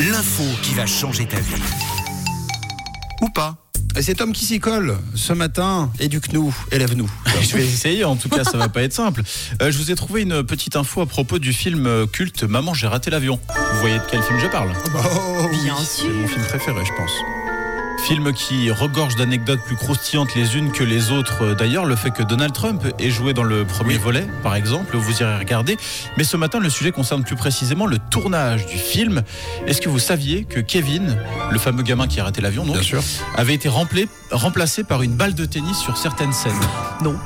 l'info qui va changer ta vie. Ou pas. Et cet homme qui s'y colle ce matin, éduque-nous, élève-nous. Je vais essayer, en tout cas, ça va pas être simple. Euh, je vous ai trouvé une petite info à propos du film euh, culte Maman, j'ai raté l'avion. Vous voyez de quel film je parle Oh, oui. Bien C'est mon sûr. film préféré, je pense. Film qui regorge d'anecdotes plus croustillantes les unes que les autres. Euh, D'ailleurs, le fait que Donald Trump ait joué dans le premier volet, par exemple, vous irez regarder. Mais ce matin, le sujet concerne plus précisément le tournage du film. Est-ce que vous saviez que Kevin, le fameux gamin qui a raté l'avion, donc, Bien sûr. avait été remplé- remplacé par une balle de tennis sur certaines scènes Non.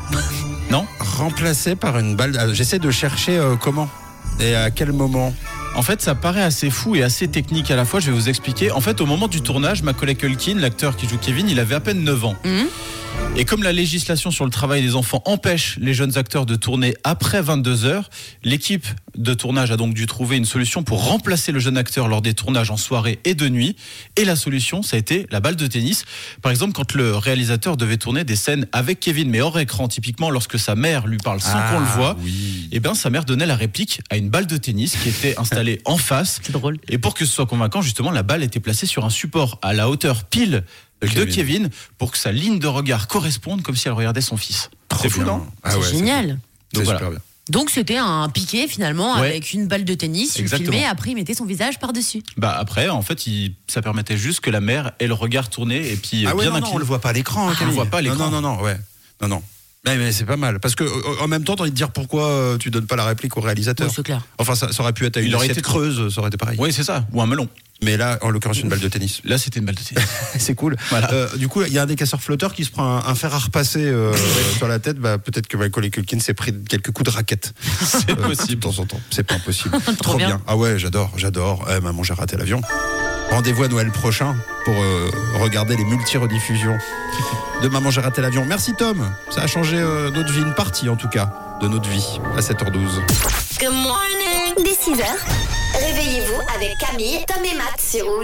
Non Remplacé par une balle. ah, J'essaie de chercher euh, comment et à quel moment. En fait, ça paraît assez fou et assez technique à la fois. Je vais vous expliquer. En fait, au moment du tournage, Macaulay Culkin, l'acteur qui joue Kevin, il avait à peine 9 ans. Mhm. Et comme la législation sur le travail des enfants empêche les jeunes acteurs de tourner après 22 heures, l'équipe de tournage a donc dû trouver une solution pour remplacer le jeune acteur lors des tournages en soirée et de nuit. Et la solution, ça a été la balle de tennis. Par exemple, quand le réalisateur devait tourner des scènes avec Kevin, mais hors écran, typiquement lorsque sa mère lui parle Ah, sans qu'on le voit, eh bien, sa mère donnait la réplique à une balle de tennis qui était installée en face. C'est drôle. Et pour que ce soit convaincant, justement, la balle était placée sur un support à la hauteur pile de Kevin pour que sa ligne de regard corresponde comme si elle regardait son fils. C'est fou, non Ah C'est ouais, génial. C'est Donc super voilà. bien. Donc c'était un piqué finalement Ouais. avec une balle de tennis, tu le Exactement. filmais, après il mettait son visage par-dessus. Bah après, en fait, il- ça permettait juste que la mère ait le regard tourné et puis euh, Ah ouais, bien non, non, incliné. on le voit pas à l'écran. hein, on le Camille. voit pas à l'écran. Non, non, non, non, ouais. Non, non. Mais, mais c'est pas mal. Parce que euh, en même temps, t'as envie de dire pourquoi euh, tu donnes pas la réplique au réalisateur. Ouais, c'est clair. Enfin, ça, ça aurait pu être à Il une aurait assiette été- creuse, ça aurait été pareil. Oui, c'est ça. Ou un melon. Mais là, en l'occurrence, une balle de tennis. Là, c'était une balle de tennis. c'est cool. Voilà. Euh, du coup, il y a un des casseurs flotteurs qui se prend un, un fer à repasser euh, sur la tête. Bah, peut-être que Michael Culkin s'est pris quelques coups de raquette. C'est Euh, possible. De temps en temps. C'est pas impossible. Trop bien. Ah ouais, j'adore, j'adore. Eh, maman, j'ai raté l'avion. Rendez-vous à Noël prochain pour euh, regarder les multi-rediffusions de Maman, j'ai raté l'avion. Merci Tom. Ça a changé euh, notre vie, une partie en tout cas de notre vie à 7h12. Dès 6h, réveillez-vous avec Camille, Tom et Matt sur Rouge.